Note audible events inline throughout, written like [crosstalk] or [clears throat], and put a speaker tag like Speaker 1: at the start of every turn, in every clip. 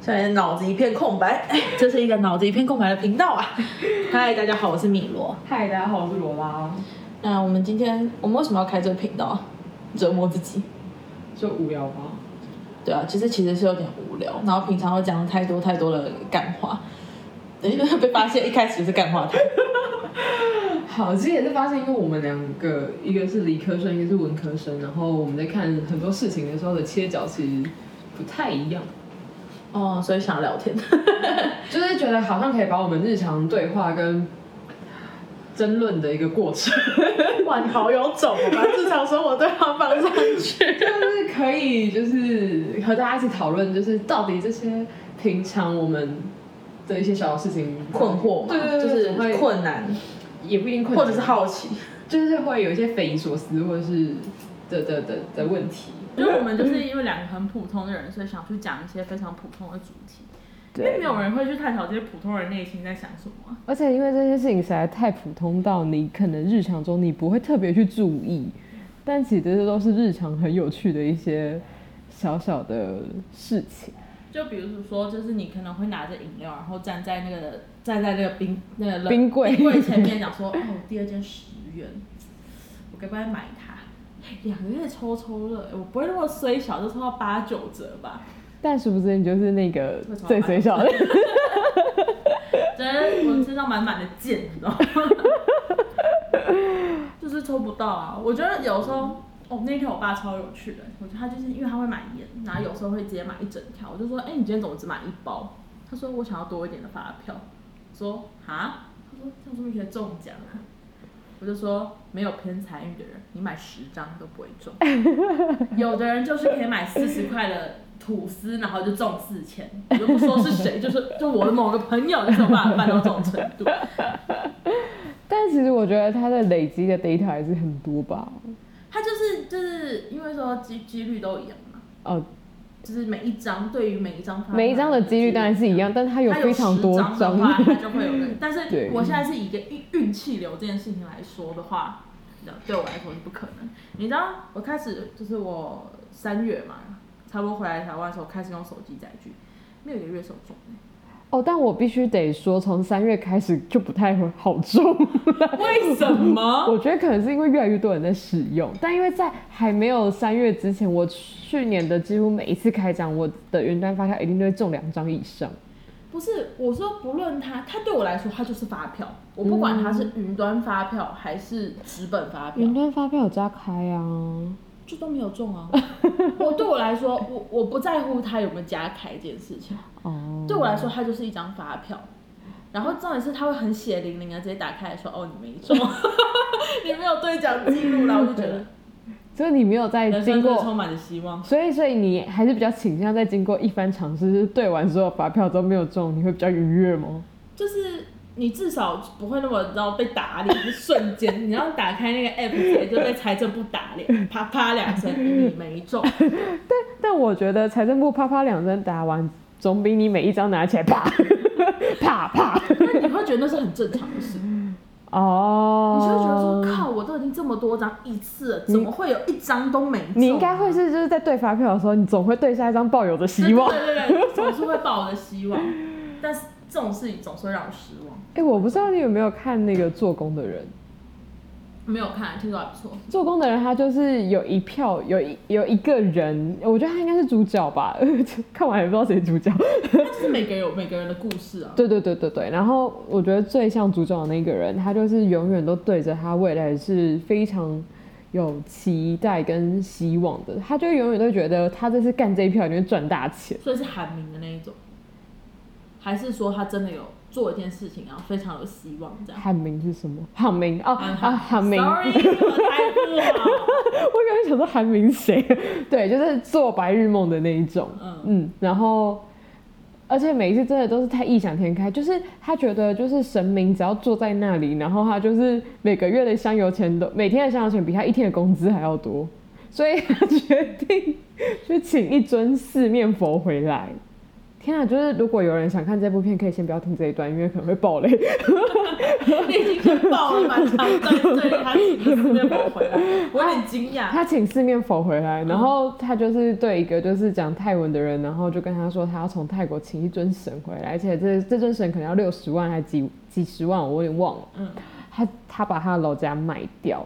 Speaker 1: 现在脑子一片空白， [laughs] 这是一个脑子一片空白的频道 [laughs] 啊！嗨，大家好，我是米罗。
Speaker 2: 嗨，大家好，我是罗拉。
Speaker 1: 那我们今天我们为什么要开这个频道啊？折磨自己，
Speaker 2: 就无聊吧？
Speaker 1: 对啊，其实其实是有点无聊，然后平常又讲了太多太多的干话，诶 [laughs] 被发现一开始是干话台，
Speaker 2: 好，其实也是发现，因为我们两个一个是理科生，一个是文科生，然后我们在看很多事情的时候的切角其实不太一样，
Speaker 1: [laughs] 哦，所以想要聊天。
Speaker 2: 就是觉得好像可以把我们日常对话跟争论的一个过程，
Speaker 1: 哇，你 [laughs] 好有种哦，把日常生活对话放上去。
Speaker 2: [laughs] 就是可以就是和大家一起讨论，就是到底这些平常我们的一些小事情
Speaker 1: [laughs] 困惑嘛，
Speaker 2: 对对对，
Speaker 1: 就是
Speaker 2: 总会
Speaker 1: 困难，
Speaker 2: 也不一定困
Speaker 1: 或
Speaker 2: 难，
Speaker 1: 者是好奇。
Speaker 2: 就是会有一些匪夷所思或者是的的的的问题。
Speaker 3: 因为我们就是因为两个很普通的人，所以想去讲一些非常普通的主题，因为没有人会去探讨这些普通人内心在想什么啊。
Speaker 2: 而且因为这些事情实在太普通到你可能日常中你不会特别去注意，但其实这都是日常很有趣的一些小小的事情。
Speaker 3: 就比如说，就是你可能会拿着饮料，然后站在那个站在那个冰那个冷
Speaker 2: 冰柜
Speaker 3: 冰柜前面，讲说哦，第二件十元，我该不该买它？两个月抽抽乐，我不会那么衰小，就抽到八九折吧。
Speaker 2: 但殊不知你就是那个
Speaker 3: 为什么
Speaker 2: 最
Speaker 3: 买
Speaker 2: 水小的， [laughs]
Speaker 3: 真的，我身上满满的剑，你知道吗？ [laughs] 就是抽不到啊！我觉得有时候，哦，那天我爸超有趣的，我觉得他就是因为他会买烟，然后有时候会直接买一整条。我就说，哎、你今天怎么只买一包？他说我想要多一点的发票。我说哈？他说这样说不定可以中奖啊。我就说没有偏财运的人，你买十张都不会中。 [laughs] 有的人就是可以买四十块的吐司，然后就中四千，我就不说是谁，就是就我的某个朋友，就是有办法办到这种程度。
Speaker 2: 但其实我觉得它的累积的 data 还是很多吧。
Speaker 3: 他就是就是因为说几几率都一样嘛，
Speaker 2: 哦，
Speaker 3: 就是每一张对于每一张发
Speaker 2: 每一张的几率当然是一样，但它
Speaker 3: 啊嗯它
Speaker 2: 有
Speaker 3: 有
Speaker 2: 非常多
Speaker 3: 10张的话，
Speaker 2: 张。
Speaker 3: 它
Speaker 2: [laughs]
Speaker 3: 就会有人。但
Speaker 2: 对
Speaker 3: 是我现在是以一个运运气流这件事情来说的话，那对我来说是不可能。你知道，我开始就是我三月嘛，差不多回来台湾的时候开始用手机载具，没有一个月手中、
Speaker 2: 哦，但我必须得说，从三月开始就不太会好中。
Speaker 3: [laughs] 为什
Speaker 2: [laughs]
Speaker 3: 么？
Speaker 2: 我觉得可能是因为越来越多人在使用，但因为在还没有三月之前，我去年的几乎每一次开奖，我的云端发票一定都会中两张以上。
Speaker 3: [laughs] 不是，我说不论它，它对我来说它就是发票，我不管它是云端发票还是纸本发票
Speaker 2: 云，端发票有加开啊，
Speaker 3: 就都没有中啊。 [laughs] 我对我来说，我我不在乎它有没有加开这件事情，
Speaker 2: 哦，
Speaker 3: 对我来说它就是一张发票。然后重点是他会很血淋淋的直接打开来说：“哦，你没中， [laughs] 你没有兑奖记录啦。”我就觉得
Speaker 2: 所以你没有在
Speaker 3: 人
Speaker 2: 经
Speaker 3: 生是
Speaker 2: 过，
Speaker 3: 充满了希望。
Speaker 2: 所以所以你还是比较倾向在经过一番尝试，就是对完所有发票都没有中，你会比较愉悦吗？
Speaker 3: 就是你至少不会那么然后被打脸，瞬间你要打开那个 app 直接就被财政部打
Speaker 2: [laughs]
Speaker 3: 脸，啪啪两声，你没中。
Speaker 2: 但我觉得财政部啪啪两声打完，总比你每一张拿起来啪啪
Speaker 3: [laughs]
Speaker 2: 啪
Speaker 3: 那你会觉得那是很正常的事，你
Speaker 2: 哦，
Speaker 3: 就会觉得说靠，我都已经这么多张一次了，怎么会有一张都没中？
Speaker 2: 你应该会是就是在对发票的时候，你总会对下一张抱有着希望。哎、
Speaker 3: 对对对对，总是会抱着希
Speaker 2: [laughs]
Speaker 3: 望，但是这种事情总是会让我失望。
Speaker 2: 哎我不知道你有没有看那个做工的人，
Speaker 3: 没有看，听说还不错。
Speaker 2: 做工的人他就是有一票有一有一个人，我觉得他应该是主角吧， [laughs] 看完也不知道谁主角。
Speaker 3: 就是每个人有每个人的故事啊。
Speaker 2: 对对对对对，然后我觉得最像主角的那个人，他就是永远都对着他未来是非常。有期待跟希望的，他就永远都觉得他这次干这一票，一定会赚大钱。
Speaker 3: 所以是喊名的那一种，还是说他真的有做一件事情，然后非常有希望这样？
Speaker 2: 喊名是什么？喊名哦
Speaker 3: 啊
Speaker 2: 啊，喊名。
Speaker 3: Sorry，我太不好。
Speaker 2: [laughs] 我刚才想说韩明谁？ [laughs] 对，就是做白日梦的那一种。嗯
Speaker 3: 嗯
Speaker 2: 然后而且每一次真的都是太异想天开，就是他觉得就是神明只要坐在那里，然后他就是每个月的香油钱都每天的香油钱比他一天的工资还要多， [laughs] 所以他决定就请一尊四面佛回来。天啊，就是如果有人想看这部片，可以先不要听这一段，因为可能会爆雷。
Speaker 3: 你已经先爆了满场，对对，他其实没有回来，啊我有点惊讶。
Speaker 2: 他请四面佛回来，然后他就是对一个就是讲泰文的人，然后就跟他说他要从泰国请一尊神回来，而且这这尊神可能要六十万还几几十万，我有点忘了。
Speaker 3: 嗯，
Speaker 2: 他他把他的老家卖掉，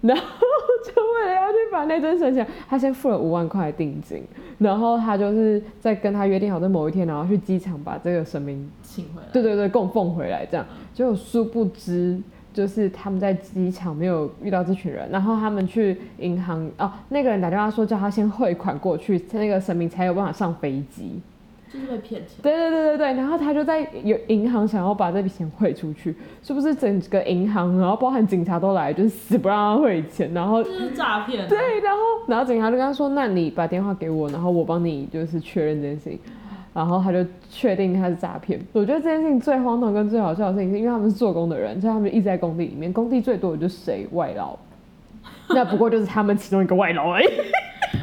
Speaker 2: 然后就为了要去把那尊神请来，他先付了五万块定金，然后他就是在跟他约定好在某一天，然后去机场把这个神明
Speaker 3: 请回来。
Speaker 2: 对对对，供奉回来这样。结果殊不知，就是他们在机场没有遇到这群人，然后他们去银行哦，那个人打电话说叫他先汇款过去，那个神明才有办法上飞机。
Speaker 3: 就是被骗钱。
Speaker 2: 对对对对对，然后他就在有银行想要把这笔钱汇出去，是不是整个银行，然后包含警察都来，就是死不让他汇钱，然后
Speaker 3: 这就是诈 [laughs] 骗、啊。
Speaker 2: 对，然后然后警察就跟他说：“那你把电话给我，然后我帮你就是确认这件事情。”然后他就确定他是诈骗。我觉得这件事情最荒唐跟最好笑的事情，是因为他们是做工的人，所以他们一直在工地里面。工地最多的就是谁外劳，那不过就是他们其中一个外劳而已。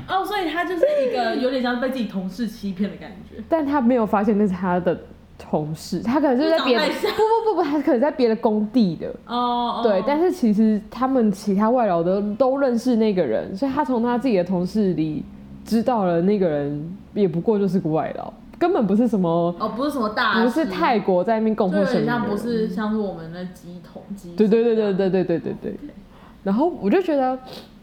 Speaker 3: 哦，所以他就是一个有点像被自己同事欺骗的感觉。
Speaker 2: 但他没有发现那是他的同事，他可能 [laughs] 就是在别的
Speaker 3: 你长太像
Speaker 2: 不不不不，他可能在别的工地的。
Speaker 3: 哦，哦
Speaker 2: 对，但是其实他们其他外劳的都认识那个人，所以他从他自己的同事里知道了那个人也不过就是个外劳，根本不是什么，
Speaker 3: 哦，不是什么大，
Speaker 2: 不是泰，国在那边供
Speaker 3: 就
Speaker 2: 奉
Speaker 3: 有
Speaker 2: 神
Speaker 3: 点像
Speaker 2: 明的人，
Speaker 3: 不是像是我们的鸡桶鸡。
Speaker 2: 对对对对对对对对对。 [laughs] 然后我就觉得，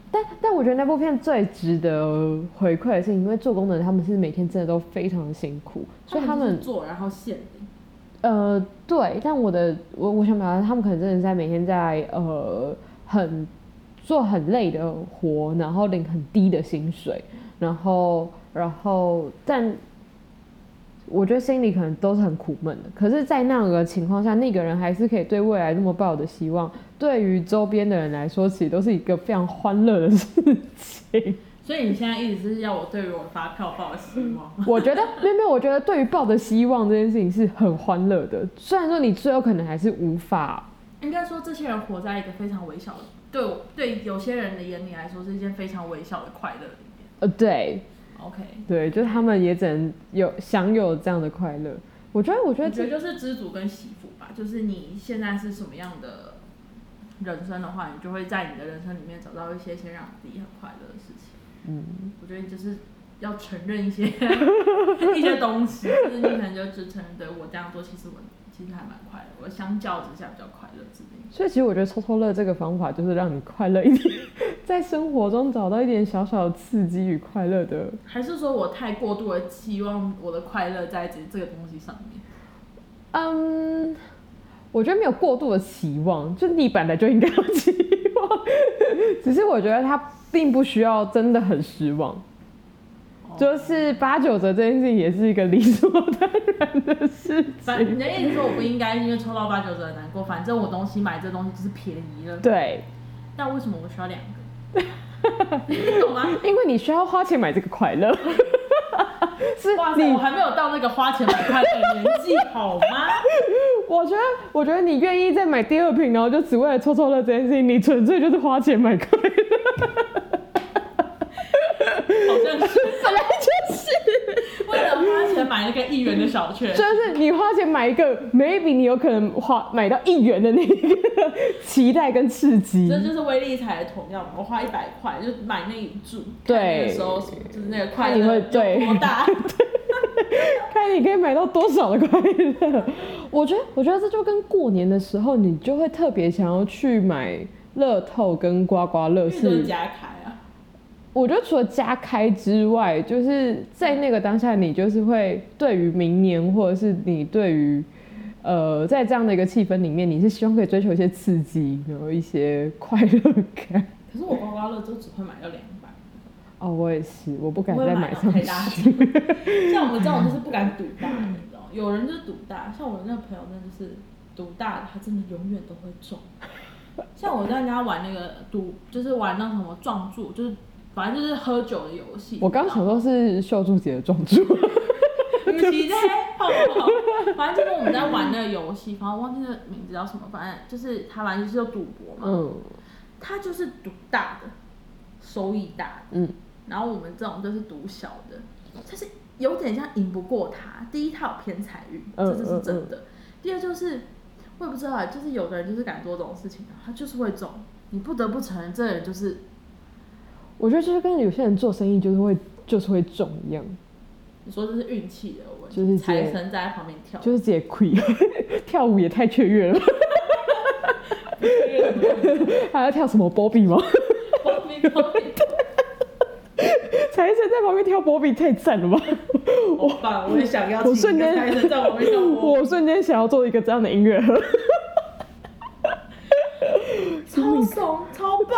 Speaker 2: 但但我觉得那部片最值得回馈的是，因为做工的人他们是每天真的都非常辛苦，所以他
Speaker 3: 就是
Speaker 2: 们
Speaker 3: 做然后现领，
Speaker 2: 呃，对，但我的我我想表达，他们可能真的是在每天在呃很做很累的活，然后领很低的薪水，然后然后但我觉得心里可能都是很苦闷的。可是，在那样的情况下，那个人还是可以对未来那么抱有的希望，对于周边的人来说，其实都是一个非常欢乐的事情。
Speaker 3: 所以你现在一直是要我对于我的发票抱有希望吗？
Speaker 2: [laughs] 我觉得没有没有，我觉得对于抱着希望这件事情是很欢乐的。虽然说你最后可能还是无法
Speaker 3: 应该说，这些人活在一个非常微小的，对我对有些人的眼里来说是一件非常微小的快乐里面。
Speaker 2: 呃，对
Speaker 3: OK，
Speaker 2: 对，就是他们也只能有享有这样的快乐。我觉得，我觉
Speaker 3: 我
Speaker 2: 得
Speaker 3: 觉得就
Speaker 2: 这
Speaker 3: 是知足跟惜福吧，就是你现在是什么样的人生的话，你就会在你的人生里面找到一些先让自己很快乐的事情。嗯，我觉得你就是要承认一些 [laughs] 一些东西，就是你可能就只承认，对我这样做，其实我其实还蛮快乐，我相较之下比较快乐之类的。
Speaker 2: 所以其实我觉得抽抽乐这个方法就是让你快乐一点， [laughs] 在生活中找到一点小小的刺激与快乐的。
Speaker 3: 还是说我太过度的期望我的快乐在这这个东西上面？
Speaker 2: 嗯，我觉得没有过度的期望，就你本来就应该有期望，只是我觉得他并不需要真的很失望。
Speaker 3: 哦
Speaker 2: 就是八九折这件事情也是一个理所当然的事
Speaker 3: 反你
Speaker 2: 情，
Speaker 3: 的意思是说我不应该因为抽到八九折而难过，反正我东西买这东西就是便宜了。
Speaker 2: 对，
Speaker 3: 但为什么我需要两个？你懂吗？
Speaker 2: 因为你需要花钱买这个快
Speaker 3: [laughs]
Speaker 2: 乐，是
Speaker 3: 哇塞，
Speaker 2: 你
Speaker 3: 我。还没有到那个花钱买快乐的年纪，好吗？
Speaker 2: 我觉得，我觉得你愿意再买第二瓶，然后就只为了抽抽乐这件事情，你纯粹就是花钱买快乐，
Speaker 3: [laughs] 好像是
Speaker 2: [laughs] 本来就是，
Speaker 3: 为了花钱买那个一元的小券，
Speaker 2: 就是你花钱买一个 maybe 你有可能花买到一元的那个期待跟刺激
Speaker 3: 这。就是威力彩的同样嘛。我花一百块就买那一注，
Speaker 2: 对
Speaker 3: 看那个时候就是那个快
Speaker 2: 看你
Speaker 3: 乐
Speaker 2: 会
Speaker 3: 有
Speaker 2: 对
Speaker 3: 多
Speaker 2: [laughs]
Speaker 3: 大？
Speaker 2: 看你可以买到多少的快乐。我觉得，我觉得这就跟过年的时候，你就会特别想要去买乐透跟刮刮乐
Speaker 3: 因为都
Speaker 2: 是
Speaker 3: 是。加开啊。
Speaker 2: 我觉得除了加开之外，就是在那个当下，你就是会对于明年，或者是你对于呃，在这样的一个气氛里面，你是希望可以追求一些刺激，然后一些快乐感。
Speaker 3: 可是我刮刮乐就只会买到两百，
Speaker 2: [laughs] 哦，我也是，我不敢
Speaker 3: 不会
Speaker 2: 再
Speaker 3: 买
Speaker 2: 买
Speaker 3: 到
Speaker 2: 上
Speaker 3: 太
Speaker 2: 去。
Speaker 3: 大注。
Speaker 2: [laughs]
Speaker 3: 像我们这种就是不敢赌大的，你知道吗？有人就是赌大，像我那个朋友，那就是赌大的，他真的永远都会
Speaker 2: [laughs]
Speaker 3: 中。像我在跟他玩那个赌，就是玩那什么撞柱，就是反正就是喝酒的游戏。
Speaker 2: 我刚想说是秀柱姐的撞柱，
Speaker 3: 与其在泡泡，反正就是我们在玩那个游戏，反正我忘记那个名字叫什么，反正就是他玩就是有赌博嘛，
Speaker 2: [laughs] 嗯
Speaker 3: 他就是赌大的，收益大的，
Speaker 2: 嗯，
Speaker 3: 然后我们这种就是赌小的，就是有点像赢不过他。第一，他有偏财运，
Speaker 2: 嗯
Speaker 3: 这就是
Speaker 2: 嗯
Speaker 3: 真的。第二就是，我也不知道啊，就是有的人就是敢做这种事情啊，他就是会中。你不得不承认，这人就是
Speaker 2: 我觉得就是跟有些人做生意就是会就是会中一样，
Speaker 3: 你说这是运气的问题，
Speaker 2: 就是
Speaker 3: 财
Speaker 2: 这
Speaker 3: 神在旁边跳，
Speaker 2: 就是直接亏。 [laughs] 跳舞也太雀跃了吧，还要跳什么波比吗？ [laughs]
Speaker 3: 光明光明，
Speaker 2: 财神在旁边跳波比太赞了吧！
Speaker 3: 好棒！ [laughs] 我也想要
Speaker 2: 我
Speaker 3: 请
Speaker 2: 瞬
Speaker 3: 一个
Speaker 2: 间
Speaker 3: 财神在旁边跳舞。
Speaker 2: 我瞬间想要做一个这样的音乐盒。 [laughs]
Speaker 3: 超怂，超棒的，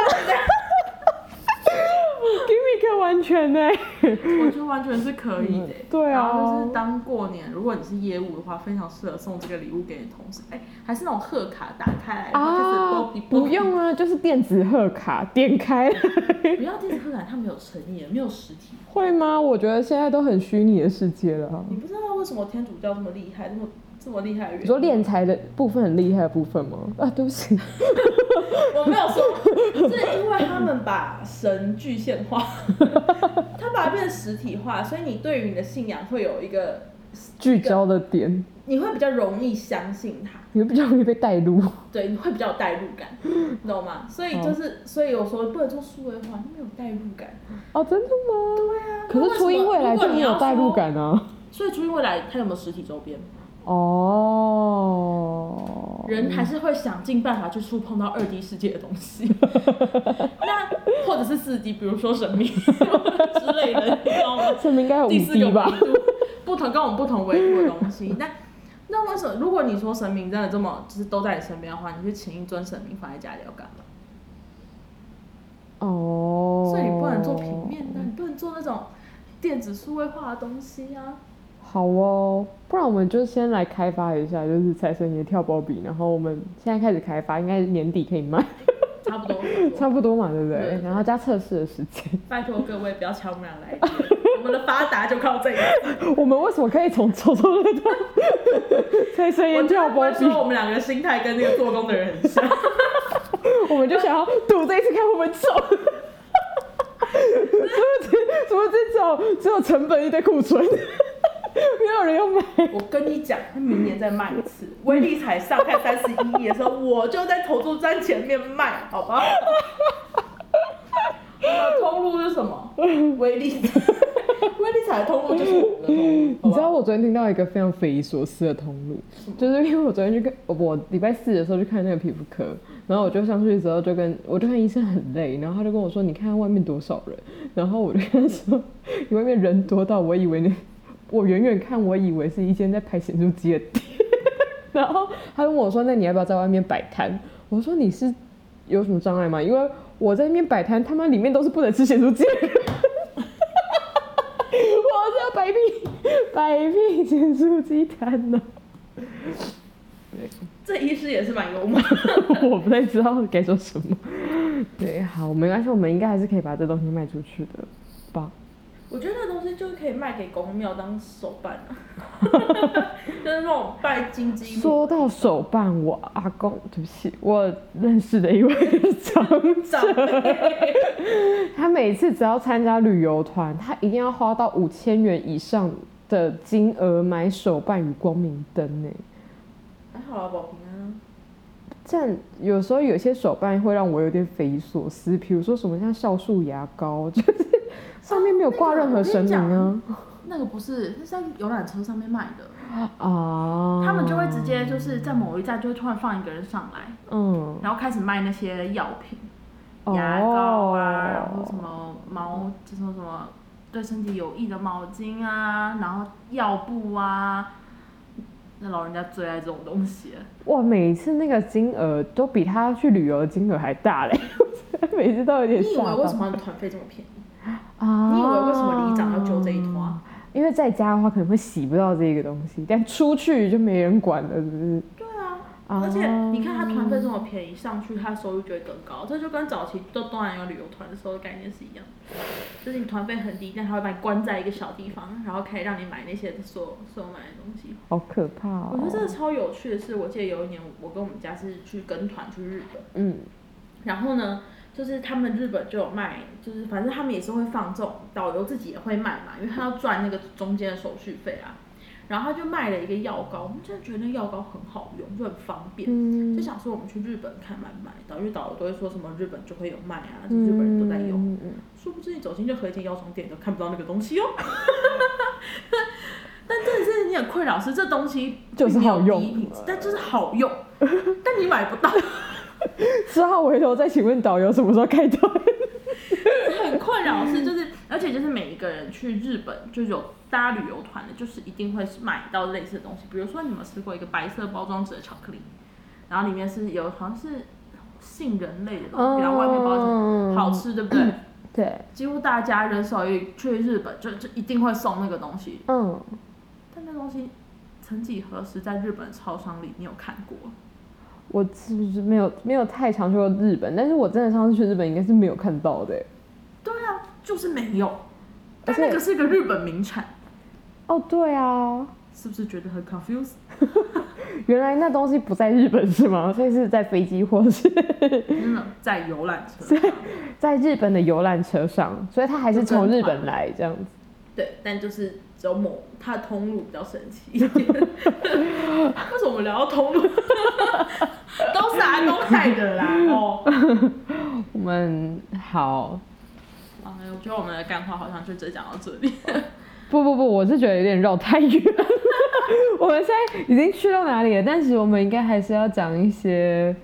Speaker 2: gimmick 完全呢、
Speaker 3: 我觉得完全是可以的、
Speaker 2: 嗯对啊
Speaker 3: 然后就是当过年，如果你是业务的话，非常适合送这个礼物给你同事。哎、还是那种贺卡打开来，然后开哦始
Speaker 2: 啊
Speaker 3: 啵比，啵
Speaker 2: 不用啊，就是电子贺卡，点开
Speaker 3: 不要电子贺卡，它没有诚意，没有实体。
Speaker 2: [laughs] 会吗？我觉得现在都很虚拟的世界了啊。
Speaker 3: 你不知道为什么天主教这么厉害，这么这么厉害的原
Speaker 2: 你
Speaker 3: 因？
Speaker 2: 说敛财的部分很厉害的部分吗？啊，对不起，
Speaker 3: 我没有说，是因为他们把神具现化，他把它变成实体化，所以你对于你的信仰会有一个，
Speaker 2: 聚焦的点，
Speaker 3: 你会比较容易相信它。
Speaker 2: 你会比较容易被带入。
Speaker 3: 对，你会比较有代入
Speaker 2: [laughs]
Speaker 3: 感，你懂吗？所以就是，所以我说不能做数位化，没有代入感。
Speaker 2: 哦，真的吗？
Speaker 3: 对啊
Speaker 2: 可是初音未来就没有代入。感啊。
Speaker 3: 所以初音未来它有没有实体周边？
Speaker 2: 哦，
Speaker 3: 人还是会想尽办法去触碰到二 D 世界的东西，那或者是四 D，比如说神明之类的，你知道吗？
Speaker 2: 这应 [laughs] 该有五
Speaker 3: 第四个
Speaker 2: D
Speaker 3: 维
Speaker 2: 吧？
Speaker 3: 度，不同跟我们不同维度的东
Speaker 2: [laughs]
Speaker 3: 西。那那为什么？如果你说神明真的这么就是都在你身边的话，你去请一尊神明放在家里要干嘛？
Speaker 2: 哦，
Speaker 3: 所以你不能做平面的，你不能做那种电子数位化的东西啊。
Speaker 2: 好哦，不然我们就先来开发一下，就是财神爷跳包比，然后我们现在开始开发，应该年底可以卖， [laughs]
Speaker 3: 差不多，
Speaker 2: 差不多嘛，对不对？
Speaker 3: 对
Speaker 2: 然后加测试的时间，
Speaker 3: 拜托各位不要抢我们俩来电， [laughs] 我们的发达就靠这个。
Speaker 2: 我们为什么可以从抽抽乐到 [laughs] 财神
Speaker 3: 我
Speaker 2: 爷
Speaker 3: 觉
Speaker 2: 跳
Speaker 3: 得
Speaker 2: 包
Speaker 3: 会
Speaker 2: 比？
Speaker 3: 说我们两个的心态跟那个做工的人很像，
Speaker 2: 我们就想要赌这一次看会不会中。 [laughs] 是不是只是不是只有只有成本一堆库存， [laughs] 没有人要买？
Speaker 3: 我跟你讲，他明年再卖一次，威力彩上看三十一亿的时候，我就在投注站前面卖，好不 [laughs] 好？我的通路是什 [laughs] 么？威力彩， [laughs] 威力彩的通路就是我的通路，好
Speaker 2: 你
Speaker 3: 不
Speaker 2: 知道
Speaker 3: 好？
Speaker 2: 我昨天听到一个非常匪夷所思的通路，就是因为我昨天去看我礼拜四的时候去看那个皮肤科，然后我就上去之后就跟我就看医生很累，然后他就跟我说你看外面多少人，然后我就跟他说你外面人多到我以为你， [laughs] 我远远看我以为是一间在拍显著机的店，然后他就问我说那你要不要在外面摆摊？我说你是有什么障碍吗？因为我在那边摆摊，他妈里面都是不能吃咸猪鸡的人。 [laughs] 我是要摆平摆平咸酥鸡摊哦呢，
Speaker 3: 这医师也是蛮幽默的。
Speaker 2: [laughs] 我不太知道该说什么。对，好，没关系，我们应该还是可以把这东西卖出去的吧？
Speaker 3: 我觉得那东西就可以卖给公庙当手办啊，
Speaker 2: [laughs]
Speaker 3: 就是那种拜金鸡母
Speaker 2: 说到手办，我阿公，对不起，我认识的一位 [laughs] 长
Speaker 3: 长辈。
Speaker 2: 他每次只要参加旅游团，他一定要花到五千元以上的金额买手办与光明灯欸呢。
Speaker 3: 还好啦，保平安啊。
Speaker 2: 但有时候有些手办会让我有点匪夷所思，比如说什么像酵素牙膏，就是上面没有挂任何神明啊
Speaker 3: 那个不是，那是在游览车上面卖的，
Speaker 2: 啊，
Speaker 3: [laughs] 他们就会直接就是在某一站就会突然放一个人上来，
Speaker 2: 嗯
Speaker 3: 然后开始卖那些药品、
Speaker 2: 哦
Speaker 3: 牙膏啊，然后什么毛，就是什么对身体有益的毛巾啊，然后药布啊。那老人家最爱这种东西了，
Speaker 2: 哇，每一次那个金额都比他去旅游的金额还大嘞， [laughs] 每次都有点
Speaker 3: 你以
Speaker 2: 吓
Speaker 3: 为
Speaker 2: 到
Speaker 3: 为什么团费这么便宜？
Speaker 2: 啊？
Speaker 3: 你以为为什么里长要揪这一坨啊？
Speaker 2: 因为在家的话可能会洗不到这个东西，但出去就没人管了，是不是？
Speaker 3: 对啊，
Speaker 2: 啊
Speaker 3: 而且你看他团费这么便宜，上去他收入就会更高，这就跟早期都东南亚旅游团的时候的概念是一样的，就是你团费很低，但他会把你关在一个小地方，然后可以让你买那些所有所有买的东西。
Speaker 2: 好可怕哦！
Speaker 3: 我觉得这个超有趣的是，我记得有一年我跟我们家是去跟团去日本，
Speaker 2: 嗯
Speaker 3: 然后呢，就是他们日本就有卖，就是反正他们也是会放这种，导游自己也会卖嘛，因为他要赚那个中间的手续费啊。然后他就卖了一个药膏，我们真的觉得那药膏很好用，就很方便，
Speaker 2: 嗯
Speaker 3: 就想说我们去日本看买不买到，因为导游都会说什么日本就会有卖啊，就日本人都在用。
Speaker 2: 嗯嗯
Speaker 3: 殊不知你走进任何一间药妆店，你都看不到那个东西哦。 [laughs] 但真的是你很困扰，是这东西
Speaker 2: 就是好
Speaker 3: 并没有
Speaker 2: 用
Speaker 3: 第一品质但就是好用，但你买不到，
Speaker 2: 嗯只好回头再请问导游什么时候开团？
Speaker 3: [laughs] 很困扰是就是，而且就是每一个人去日本就有搭旅游团的，就是一定会买到类似的东西，比如说你们吃过一个白色包装纸的巧克力，然后里面是有好像是杏仁类的东西，然后外面包成好吃，对不对？
Speaker 2: 对，
Speaker 3: 几乎大家人手一去日本就就一定会送那个东西，
Speaker 2: 嗯，
Speaker 3: 但那东西，曾几何时在日本超商里你有看过？
Speaker 2: 我是不是没有没有太常去过日本？但是我真的上次去日本应该是没有看到的欸。
Speaker 3: 对啊，就是没有。
Speaker 2: 而
Speaker 3: 但
Speaker 2: 且
Speaker 3: 那个是个日本名产，
Speaker 2: 哦，对啊，
Speaker 3: 是不是觉得很 [laughs] confused？
Speaker 2: 原来那东西不在日本
Speaker 3: [laughs]
Speaker 2: 是吗？所以是在飞机或是
Speaker 3: 真的在游览车上，
Speaker 2: 在日本的游览车上，所以他还是从日本来这样子。
Speaker 3: 对，但就是只有某它的通路比较神奇一点。为什么我们聊到通路？ [laughs] 都是阿公害的啦哦。
Speaker 2: 我们好，
Speaker 3: 哎，我觉得我们的干话好像就只讲到这里。
Speaker 2: 不不不，我是觉得有点绕太远。我们现在已经去到哪里了？但是我们应该还是要讲一些，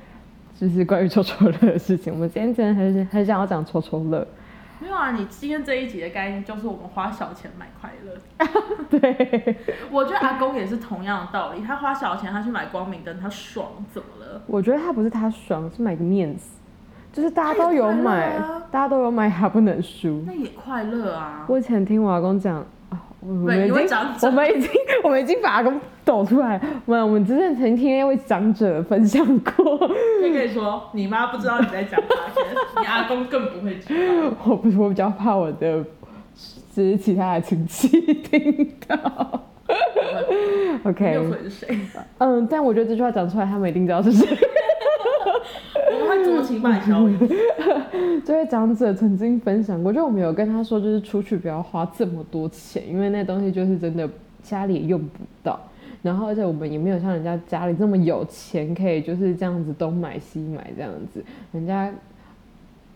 Speaker 2: 就是关于抽抽乐的事情。我们今天真的很想很想要讲抽抽乐，
Speaker 3: 没有啊，你今天这一集的概念就是我们花小钱买快乐。
Speaker 2: 对，
Speaker 3: 我觉得阿公也是同样的道理，他花小钱他去买光明灯，他爽怎么了？
Speaker 2: 我觉得他不是他爽，是买个面子，就是大家都有买
Speaker 3: 他也快乐啊，
Speaker 2: 大家都有买，还不能输。
Speaker 3: 那也快乐啊！
Speaker 2: 我以前听我阿公讲啊，我我
Speaker 3: 对
Speaker 2: 们已
Speaker 3: 一位
Speaker 2: 经
Speaker 3: 长者
Speaker 2: 我们已经我们已经把阿公抖出来了。我们我们之前曾听那位长者分享过，
Speaker 3: 可以跟你说， [laughs] 你妈不知道你在讲八仙，你阿公更不会知道。
Speaker 2: [laughs] 我不我比较怕我的就是其他的亲戚 [laughs] 听到。
Speaker 3: 又
Speaker 2: OK，
Speaker 3: 是谁？
Speaker 2: 嗯，但我觉得这句话讲出来，他们一定知道是谁。 [laughs]
Speaker 3: 我们会酌情买小一点。
Speaker 2: 这位长者曾经分享过，就我们有跟他说，就是出去不要花这么多钱，因为那东西就是真的家里也用不到。然后，而且我们也没有像人家家里这么有钱，可以就是这样子东买西买这样子。人家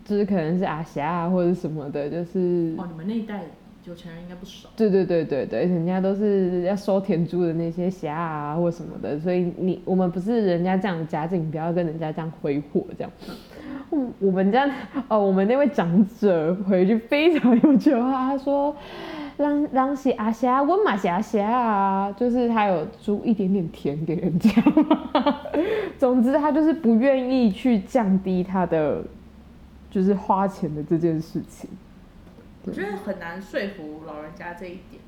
Speaker 2: 就是可能是阿霞啊或者什么的，就是
Speaker 3: 哦，你们那一代有钱人应该不少。
Speaker 2: 对对对对对，人家都是要收田猪的那些侠啊或什么的，所以你我们不是人家这样的家境，不要跟人家这样挥霍这样。我我们家哦，我们那位长者回去非常有句话，他说：“让让啊是阿霞，我马霞霞啊，就是他有煮一点点甜给人家嘛。 [laughs] 总之，他就是不愿意去降低他的就是花钱的这件事情。”
Speaker 3: 我觉得很难说服老人家这一点。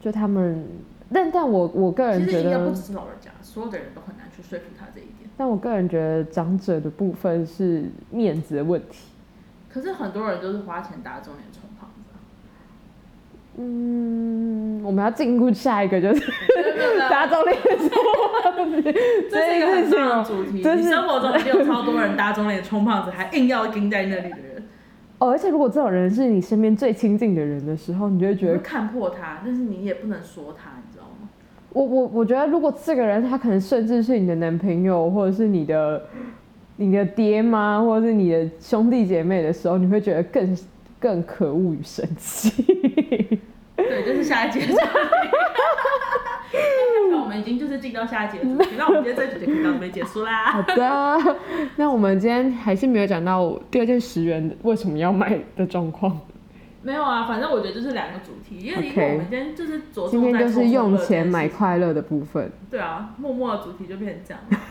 Speaker 2: 就他们，但但我我个人
Speaker 3: 其实
Speaker 2: 觉
Speaker 3: 应该不
Speaker 2: 得
Speaker 3: 只，是老人家，所有的人都很难去说服他这一点。
Speaker 2: 但我个人觉得长者的部分是面子的问题。
Speaker 3: 可是很多人都是花钱打肿脸充胖
Speaker 2: [laughs]
Speaker 3: 子啊。
Speaker 2: 嗯，我们要进入下一个，就是打肿脸说，
Speaker 3: 啊这是一个
Speaker 2: 件
Speaker 3: 很
Speaker 2: 事情
Speaker 3: 重要的
Speaker 2: 哦
Speaker 3: 主题。
Speaker 2: 这
Speaker 3: 你
Speaker 2: 是
Speaker 3: 生活中一定有超多人打肿脸充胖子，还硬要盯在那里的人，
Speaker 2: 哦，而且如果这种人是你身边最亲近的人的时候，你就会
Speaker 3: 你
Speaker 2: 觉
Speaker 3: 会
Speaker 2: 得，
Speaker 3: 看破他，但是你也不能说他，你知道吗？
Speaker 2: 我我我觉得，如果这个人他可能甚至是你的男朋友，或者是你的你的爹妈，或者是你的兄弟姐妹的时候，你会觉得更更可恶与生气。
Speaker 3: 对，就是下一节。 [laughs] 那我们已经就是进到下一节主题，那我们今天这集就可以到这边结束啦
Speaker 2: 好。 [laughs] 的，啊那我们今天还是没有讲到第二件十元为什么要买的状况。
Speaker 3: 没有啊，反正我觉得就是两个主题，因为因
Speaker 2: OK
Speaker 3: 为我们今天就是着
Speaker 2: 今
Speaker 3: 重
Speaker 2: 天
Speaker 3: 在
Speaker 2: 就是用
Speaker 3: 投资
Speaker 2: 钱
Speaker 3: 的
Speaker 2: 买
Speaker 3: 这件事情
Speaker 2: 快乐的部分，
Speaker 3: 对啊，默默的主题就变成这
Speaker 2: [laughs]
Speaker 3: 样。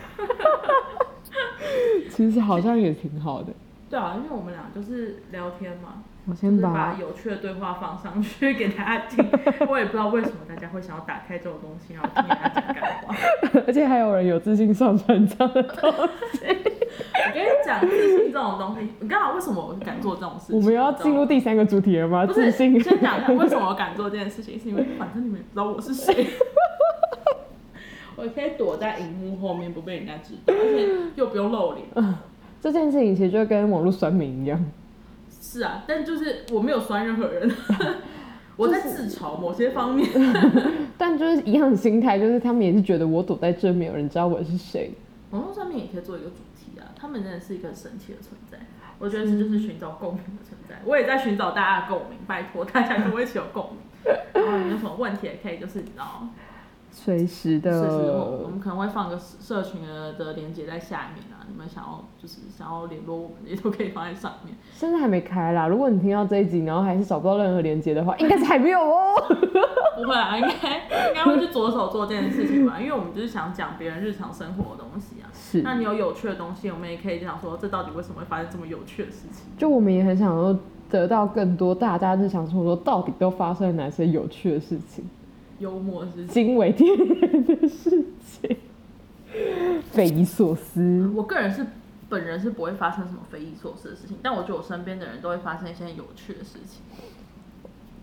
Speaker 2: 其实好像也挺好的。
Speaker 3: 对啊，因为我们俩就是聊天嘛，
Speaker 2: 我
Speaker 3: 就
Speaker 2: 先
Speaker 3: 是把
Speaker 2: 把
Speaker 3: 有趣的对话放上去给大家
Speaker 2: [laughs]
Speaker 3: 听。我也不知道为什么大家会想要打开这种东西，然后听人家讲干话。
Speaker 2: 而且还有人有自信上传这样的东 [laughs] 西，
Speaker 3: 我跟你讲，自信这种东西，你刚好为什么我敢做这种事情？
Speaker 2: 我们要进入第三个主题了吗？
Speaker 3: 你知道吗。
Speaker 2: 自
Speaker 3: 不
Speaker 2: 信
Speaker 3: 是，。先讲一下为什么我敢做这件事情，是因为 [laughs] 反正你们也不知道我是 [laughs] 谁， [laughs] 我可以躲在荧幕后面不被人家知道，而且又不用露脸。
Speaker 2: [laughs] 这件事情其实就跟网络酸民一样，
Speaker 3: 是啊，但就是我没有酸任何人， [laughs] 我在自嘲某些方面。
Speaker 2: 但就是一样的心态，就是他们也是觉得我躲在这，没有人知道我是谁。
Speaker 3: 网络上面也可以做一个主题啊，他们真的是一个很神奇的存在。我觉得这就是寻找共鸣的存在，我也在寻找大家的共鸣，拜托大家跟我一起有共鸣。然后有什么问题也可以，就是你知道，
Speaker 2: 随时
Speaker 3: 随
Speaker 2: 的，
Speaker 3: 时我我们可能会放个社群的的连接在下面啊，你们想要就是想要联络我们也都可以放在上面。
Speaker 2: 现在还没开啦。如果你听到这一集，然后还是找不到任何连接的话，应该是还没有哦。
Speaker 3: 不会啊，应该应该会去着手做这件事情吧，因为我们就是想讲别人日常生活的东西啊。
Speaker 2: [laughs] 是
Speaker 3: 那你有有趣的东西，我们也可以讲说，这到底为什么会发生这么有趣的事情？
Speaker 2: 就我们也很想要得到更多大家日常生活中到底都发生了哪些有趣的事情，
Speaker 3: 幽默的事情。
Speaker 2: 惊为天人的事情，匪夷所思。
Speaker 3: 我个人是本人是不会发生什么匪夷所思的事情，但我觉得我身边的人都会发生一些有趣的事情。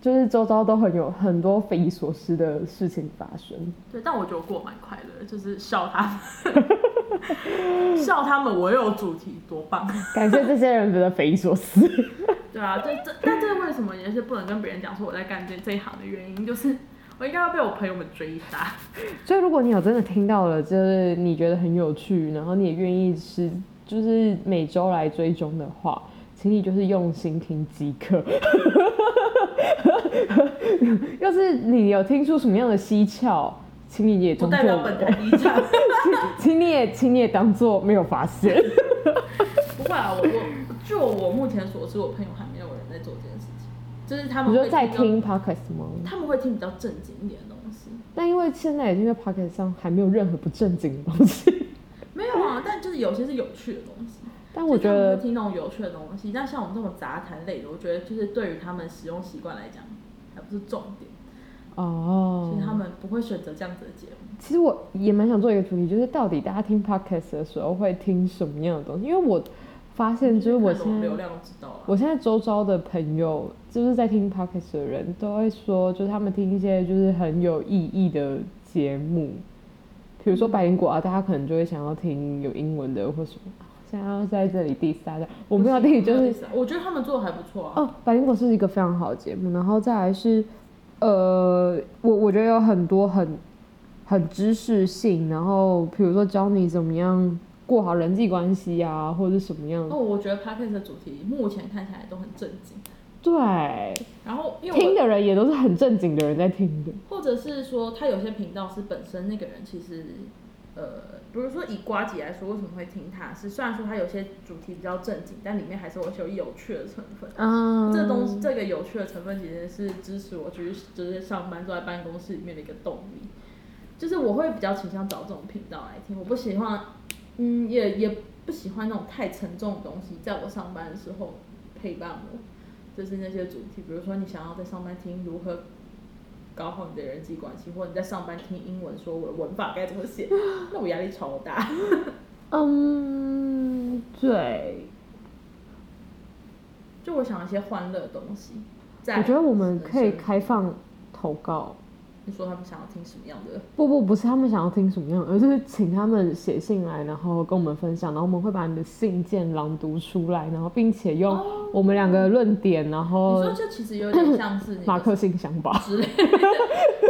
Speaker 2: 就是周遭都很有很多匪夷所思的事情发生，
Speaker 3: 对，但我觉得我过得蛮快乐的，就是笑他们， [laughs] 笑他们，我又有主题，多棒！
Speaker 2: 感谢这些人觉得匪夷所思。
Speaker 3: [laughs] 对啊，这这但这为什么也是不能跟别人讲说我在干这这一行的原因，就是我应该要被我朋友们追杀。
Speaker 2: 所以，如果你有真的听到了，就是你觉得很有趣，然后你也愿意是就是每周来追踪的话，请你就是用心听即可。 [laughs] 要是你有听出什么样的蹊跷，请你也
Speaker 3: 不
Speaker 2: 当
Speaker 3: 代表
Speaker 2: 做，
Speaker 3: 本台立场。 [laughs]
Speaker 2: 请你也请你也当做没有发现。
Speaker 3: 不会啊，我我就我目前所知，我朋友还没有人在做这件事情，就是他
Speaker 2: 你
Speaker 3: 们
Speaker 2: 说
Speaker 3: 会
Speaker 2: 在
Speaker 3: 比较，
Speaker 2: 听 podcast 吗？
Speaker 3: 他们会听比较正经一点的东西。
Speaker 2: 但因为现在已经在 podcast 上还没有任何不正经的东西，
Speaker 3: [laughs] 没有啊，但就是有些是有趣的东西。
Speaker 2: 但我觉
Speaker 3: 就是他们
Speaker 2: 得
Speaker 3: 会听那种有趣的东西，但像我们这种杂谈类的，我觉得就是对于他们使用习惯来讲，还不是重点，
Speaker 2: 哦
Speaker 3: 所以，他们不会选择这样子的节目。
Speaker 2: 其实我也蛮想做一个主题，就是到底大家听 podcast 的时候会听什么样的东西？因为我发现，就是我
Speaker 3: 看
Speaker 2: 现在
Speaker 3: 流量都知道了。
Speaker 2: 我现在周遭的朋友，就是在听 podcast 的人都会说，就是他们听一些就是很有意义的节目，比如说百灵果啊，大家可能就会想要听有英文的或什么。想要在这里 diss 大家，我没有 diss，就
Speaker 3: 不
Speaker 2: 是
Speaker 3: 行我觉得他们做的还不错啊。
Speaker 2: 哦，百灵果是一个非常好的节目，然后再来是，呃，我我觉得有很多很很知识性，然后比如说教你怎么样过好人际关系啊，或者是什么样
Speaker 3: 那、我觉得 podcast 的主题目前看起来都很正经，
Speaker 2: 对，
Speaker 3: 然后因为我
Speaker 2: 听的人也都是很正经的人在听的，
Speaker 3: 或者是说，他有些频道是本身那个人其实，呃，比如说以瓜姐来说，为什么会听他？是虽然说他有些主题比较正经，但里面还是有一些有趣的成分。
Speaker 2: 嗯
Speaker 3: 这东西，这个有趣的成分其实是支持我继续就是上班坐在办公室里面的一个动力。就是我会比较倾向找这种频道来听，我不喜欢，嗯，也也不喜欢那种太沉重的东西，在我上班的时候陪伴我。就是那些主题，比如说你想要在上班听如何搞好你的人际关系，或者你在上班听英文说我的文法该怎么写， [laughs] 那我压力超大。
Speaker 2: 嗯，对，
Speaker 3: 就我想要一些欢乐的东西。在
Speaker 2: 我觉得我们可以
Speaker 3: 人生
Speaker 2: 开放投稿。
Speaker 3: 你说他们想要听什么样的？
Speaker 2: 不不不是他们想要听什么样的，而是请他们写信来，然后跟我们分享，然后我们会把你的信件朗读出来，然后并且用我们两个论点，然
Speaker 3: 哦你
Speaker 2: 后
Speaker 3: 说这其实有点像是你
Speaker 2: 哦马克信箱吧。
Speaker 3: 之类的，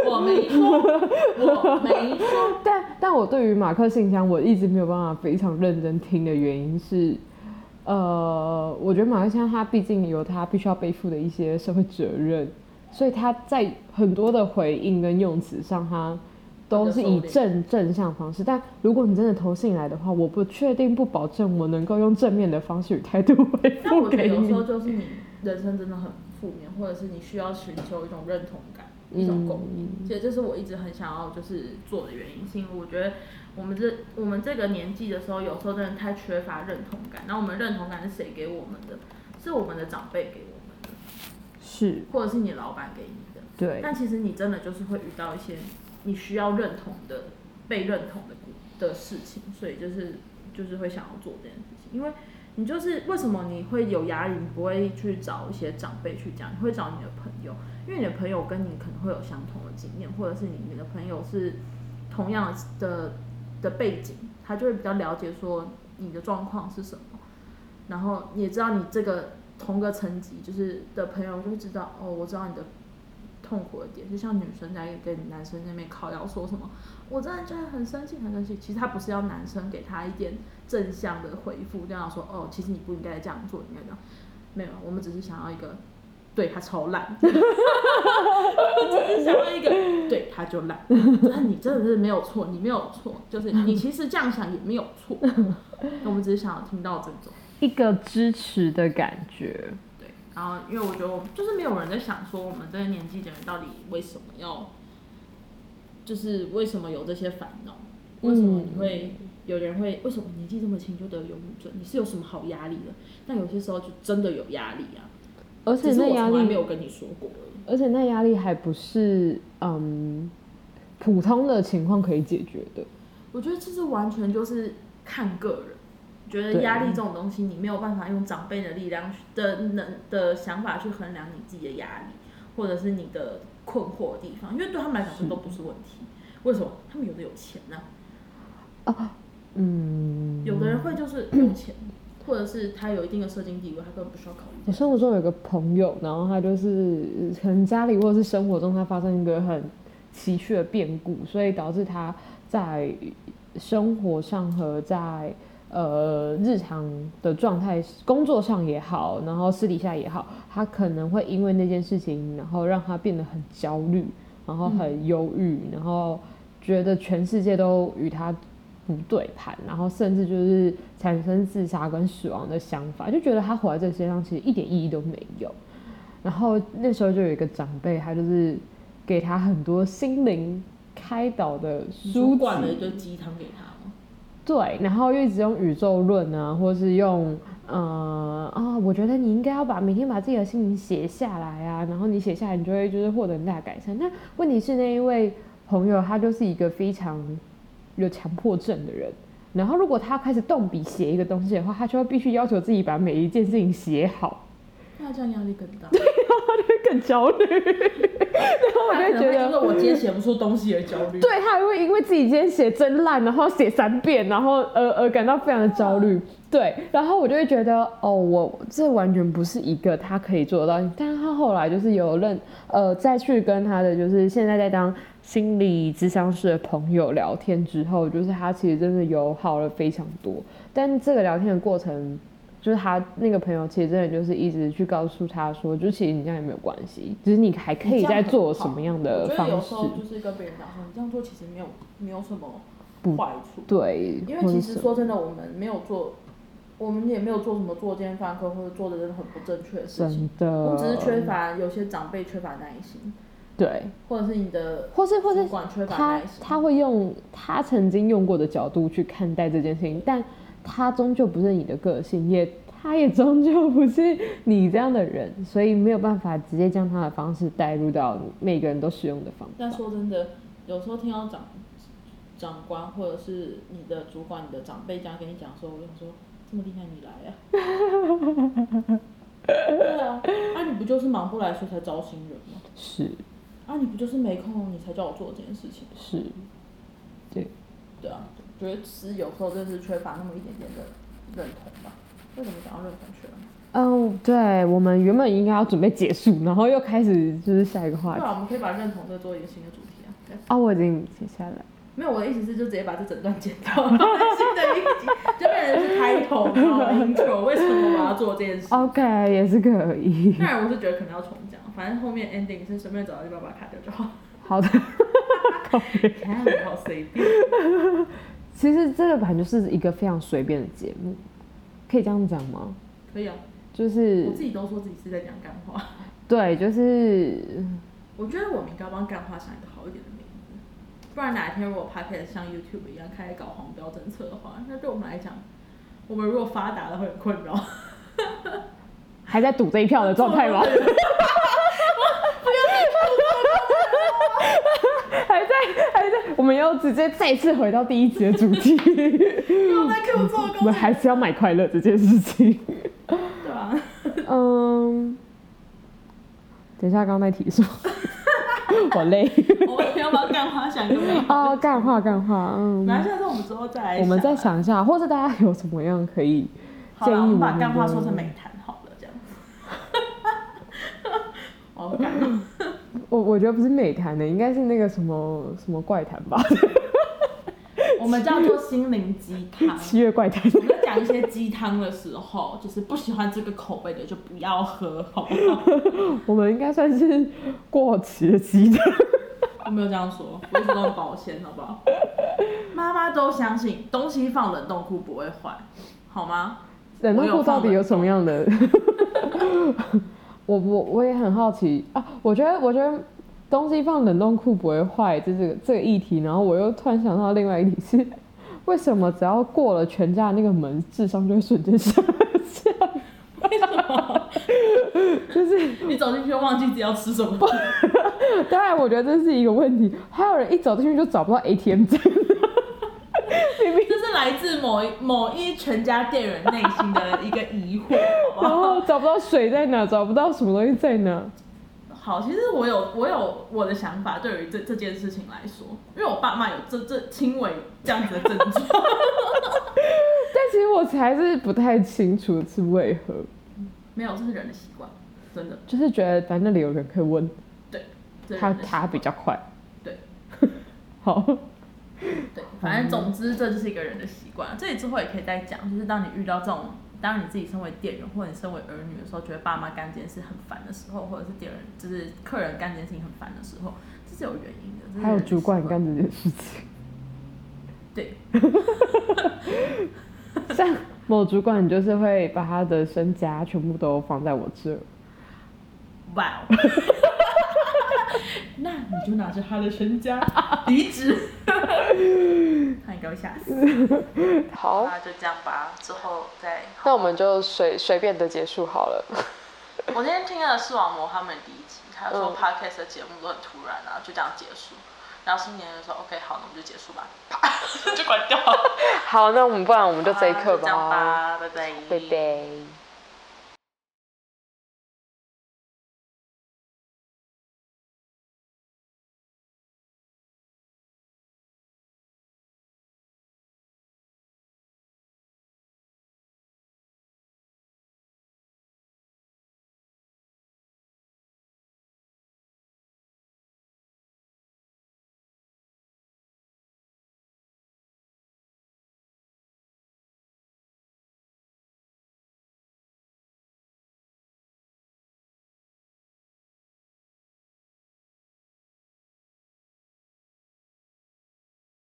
Speaker 3: 我没说，我没说。
Speaker 2: 但但我对于马克信箱，我一直没有办法非常认真听的原因是，呃，我觉得马克信箱它毕竟有它必须要背负的一些社会责任，所以它在很多的回应跟用词上，它都是以正正向方式。但如果你真的投信来的话，我不确定不保证我能够用正面的方式与态度回
Speaker 3: 但
Speaker 2: 复
Speaker 3: 我觉得
Speaker 2: 给
Speaker 3: 有时
Speaker 2: 你
Speaker 3: 候。就是你人生真的很负面，或者是你需要寻求一种认同感、一
Speaker 2: 嗯
Speaker 3: 种共鸣。其实这是我一直很想要就是做的原因，是因为我觉得我们这我们这个年纪的时候，有时候真的太缺乏认同感。那我们认同感是谁给我们的？是我们的长辈给我们的，
Speaker 2: 是，
Speaker 3: 或者是你老板给你的。
Speaker 2: 对，
Speaker 3: 但其实你真的就是会遇到一些你需要认同的、被认同的故的事情，所以就是就是会想要做这件事情，因为你就是为什么你会有压力，你不会去找一些长辈去讲，你会找你的朋友，因为你的朋友跟你可能会有相同的经验，或者是你你的朋友是同样的的背景，他就会比较了解说你的状况是什么。然后也知道你这个同个层级就是的朋友就会知道哦，我知道你的痛苦的点，就像女生在跟男生那边靠要说什么，我真的觉得很生气，很生气。其实他不是要男生给他一点正向的回复，这样说哦，其实你不应该这样做，你应该这样，没有，我们只是想要一个。对他超烂， [laughs] 我只是想要一个，对他就烂。但你真的是没有错，你没有错，就是你其实这样想也没有错。我们只是想要听到这种。
Speaker 2: 一个支持的感觉。
Speaker 3: 对，然后因为我觉得我就是没有人在想说我们这个年纪的人到底为什么要，就是为什么有这些烦恼，为什么你会、
Speaker 2: 嗯
Speaker 3: 有人会为什么年纪这么轻就得忧郁症？你是有什么好压力的？但有些时候就真的有压力啊，
Speaker 2: 而且
Speaker 3: 只是
Speaker 2: 那
Speaker 3: 我
Speaker 2: 压
Speaker 3: 从来没
Speaker 2: 力，
Speaker 3: 有跟你说过而已。
Speaker 2: 而且那压力还不是嗯普通的情况可以解决的。
Speaker 3: 我觉得其实完全就是看个人。觉得
Speaker 2: 对
Speaker 3: 压力这种东西，你没有办法用长辈的力量去的能的想法去衡量你自己的压力，或者是你的困惑的地方，因为对他们来讲这都不是问题。为什么？他们有的有钱呢、
Speaker 2: 嗯，
Speaker 3: 有的人会就是
Speaker 2: [clears throat]
Speaker 3: 有钱，或者是他有一定的社经地位，他根本不需要考虑
Speaker 2: 我
Speaker 3: 这些。
Speaker 2: 生活中有个朋友，然后他就是可能家里或者是生活中他发生一个很崎岖的变故，所以导致他在生活上和在呃日常的状态、工作上也好，然后私底下也好，他可能会因为那件事情，然后让他变得很焦虑，然后很忧郁，然后觉得全世界都与他不对盘，然后甚至就是产生自杀跟死亡的想法，就觉得他活在这个世界上其实一点意义都没有。然后那时候就有一个长辈，他就是给他很多心灵开导的书
Speaker 3: 主
Speaker 2: 籍，
Speaker 3: 管的一堆鸡汤给他吗？
Speaker 2: 对，然后又一直用宇宙论啊，或是用呃啊、我觉得你应该要把每天把自己的心情写下来啊，然后你写下来，你就会就是获得很大的改善。那问题是那一位朋友，他就是一个非常有强迫症的人。然后，如果他开始动笔写一个东西的话，他就会必须要求自己把每一件事情写好，
Speaker 3: 那这样压力更
Speaker 2: [laughs]
Speaker 3: 大。
Speaker 2: 他就会更焦虑。 [laughs] 然后我
Speaker 3: 他
Speaker 2: 就
Speaker 3: 可
Speaker 2: 觉
Speaker 3: 能会因，
Speaker 2: 得
Speaker 3: 为我今天写不出东西而焦虑。
Speaker 2: 对，他还会因为自己今天写真烂，然后写三遍，然后而而感到非常的焦虑。对，然后我就会觉得，哦，我这完全不是一个他可以做得到的。但是他后来就是有认，呃，再去跟他的就是现在在当心理咨商师的朋友聊天之后，就是他其实真的有好了非常多。但这个聊天的过程，就是他那个朋友其实真的就是一直去告诉他说，就其实你这样也没有关系，只是你还可以
Speaker 3: 你这样
Speaker 2: 再
Speaker 3: 很
Speaker 2: 做
Speaker 3: 好
Speaker 2: 什么样
Speaker 3: 我
Speaker 2: 的
Speaker 3: 觉
Speaker 2: 方
Speaker 3: 得有时
Speaker 2: 式。
Speaker 3: 候就是跟别人讲说，你这样做其实没有没有什么
Speaker 2: 不
Speaker 3: 坏处。
Speaker 2: 对，
Speaker 3: 因为
Speaker 2: 或
Speaker 3: 其
Speaker 2: 者
Speaker 3: 实
Speaker 2: 什么
Speaker 3: 说真的，我们没有做，我们也没有做什么作奸犯科或者做的真的很不正确的事情
Speaker 2: 真。的，
Speaker 3: 我们只是缺乏有些长辈缺乏耐心，
Speaker 2: 对，
Speaker 3: 或者是你的
Speaker 2: 或是或
Speaker 3: 主
Speaker 2: 是
Speaker 3: 管缺乏
Speaker 2: 他
Speaker 3: 耐心。
Speaker 2: 他会用他曾经用过的角度去看待这件事情，但他终究不是你的个性，也他也终究不是你这样的人，所以没有办法直接将他的方式带入到每个人都适用的方
Speaker 3: 但
Speaker 2: 法。
Speaker 3: 说真的，有时候听到长长官或者是你的主管、你的长辈这样跟你讲说，我想说这么厉害你来啊？对啊，啊你不就是忙不来所以才招新人吗？
Speaker 2: 是
Speaker 3: 啊你不就是没空你才叫我做这件事情？
Speaker 2: 是，对，
Speaker 3: 对啊，我觉得其实有时候就是缺乏那么一点点的认同吧。为什么想要认同去了？
Speaker 2: 嗯，对，我们原本应该要准备结束，然后又开始就是下一个话
Speaker 3: 对
Speaker 2: 题。
Speaker 3: 啊，我们可以把认同这做一个新的主题啊。对
Speaker 2: 啊，我已经写下来了。
Speaker 3: 没有，我的意思是就直接把这整段剪掉， [laughs] 然后在新的一集就变成是开头，然后 intro。为什么我要做这件事？
Speaker 2: OK，也是可以。
Speaker 3: 当然我是觉得可能要重讲，反正后面 ending 是随便找到地方把它卡掉就
Speaker 2: [laughs]
Speaker 3: 好。
Speaker 2: 好的。
Speaker 3: 看，好随便。
Speaker 2: 其实这个版就是一个非常随便的节目，可以这样讲吗？
Speaker 3: 可以啊，
Speaker 2: 就
Speaker 3: 我
Speaker 2: 是
Speaker 3: 自己都说自己是在讲干话。
Speaker 2: 对，就是
Speaker 3: 我觉得我们应该帮干话想一个好一点的名字，不然哪一天如果 podcast 像 YouTube 一样开始搞黄标政策的话，那对我们来讲，我们如果发达了会很困
Speaker 2: [laughs]
Speaker 3: 扰。
Speaker 2: 还在赌这一票的状态吗？ [laughs] 还在还在，我们要直接再次回到第一集的主 [laughs] 题，
Speaker 3: 又在 Q 做
Speaker 2: 我
Speaker 3: 工
Speaker 2: 们，还是要买快乐这件事情。
Speaker 3: 对吧、啊？ [laughs]
Speaker 2: 嗯，等一下，刚刚那题 [laughs] 是吗？我累
Speaker 3: 我们要帮干话想一个名字。
Speaker 2: 哦，干话干话，嗯，
Speaker 3: 没关系，下次我们之后再来。
Speaker 2: 我们再，想一下，或是大家有什么样可以
Speaker 3: 好了，
Speaker 2: 建议
Speaker 3: 我们
Speaker 2: 我
Speaker 3: 把
Speaker 2: 们
Speaker 3: 干话
Speaker 2: 的
Speaker 3: 说成美谈好了，这样。哦，干话
Speaker 2: 我我觉得不是美谈的，应该是那个什么什么怪谈吧，
Speaker 3: [laughs] 我们叫做心灵鸡汤。
Speaker 2: 七月怪谈。 [laughs]
Speaker 3: 我们在讲一些鸡汤的时候，就是不喜欢这个口味的就不要喝，好不好？
Speaker 2: 我们应该算是过期的鸡汤。
Speaker 3: 我没有这样说，我一直都很保鲜，好不
Speaker 2: [laughs]
Speaker 3: 好？妈妈都相信东西放冷冻库不会坏，好吗？
Speaker 2: 冷冻库到底有什么样的？ [laughs] 我我我也很好奇啊！我觉得我觉得东西放冷冻库不会坏，这这个这个议题，然后我又突然想到另外一题是，为什么只要过了全家那个门，智商就会瞬间下降？ [laughs]
Speaker 3: 为什么？
Speaker 2: 就是
Speaker 3: 你走进去就忘记自己要吃什么？
Speaker 2: 当然，我觉得这是一个问题。还有人一走进去就找不到 ATM 机，
Speaker 3: 这是来自某一某一全家店员内心的一个疑惑，好不
Speaker 2: 然
Speaker 3: 好？
Speaker 2: 后找不到水在哪，找不到什么东西在哪。
Speaker 3: 好，其实我有我有我的想法，对于这这件事情来说，因为我爸妈有这这轻微这样子的症状， [laughs]
Speaker 2: 但其实我还是不太清楚是为何，
Speaker 3: 没有，这是人的习惯，真的，
Speaker 2: 就是觉得反正那里有人可以问，
Speaker 3: 对，这是
Speaker 2: 他
Speaker 3: 人的习
Speaker 2: 他比较快。
Speaker 3: 对
Speaker 2: 好，
Speaker 3: 对，反
Speaker 2: 嗯
Speaker 3: 正总之这就是一个人的习惯，这里之后也可以再讲，就是当你遇到这种，当你自己身为店员或者你身为儿女的时候，觉得爸妈干这件事很烦的时候，或者是店员就是客人干这件事情很烦的时候，这是有原因的，这是
Speaker 2: 还有
Speaker 3: 人的
Speaker 2: 主管
Speaker 3: 习惯
Speaker 2: 干这件事情，
Speaker 3: 对，
Speaker 2: [laughs] 像某主管就是会把他的身家全部都放在我这儿，
Speaker 3: 哇、哦，
Speaker 2: [laughs]
Speaker 3: 那你就拿着他的身家离
Speaker 2: [laughs]
Speaker 3: 职，他应该会吓死。
Speaker 2: 好
Speaker 3: 那就这样吧，之后再。
Speaker 2: 那我们就随随便的结束好了。 [laughs]
Speaker 3: 我今天听了视网膜他们第一集，他说
Speaker 2: 嗯
Speaker 3: podcast 的节目都很突然啊，就这样结束。然后新年就说 OK 好，那我们就结
Speaker 2: [laughs]
Speaker 3: 束吧， [laughs] 啪就关掉了。
Speaker 2: 好，那我们不然我们就这一
Speaker 3: [laughs] 好那
Speaker 2: 刻
Speaker 3: 就这样
Speaker 2: 吧，
Speaker 3: 吧，拜拜，
Speaker 2: 拜拜。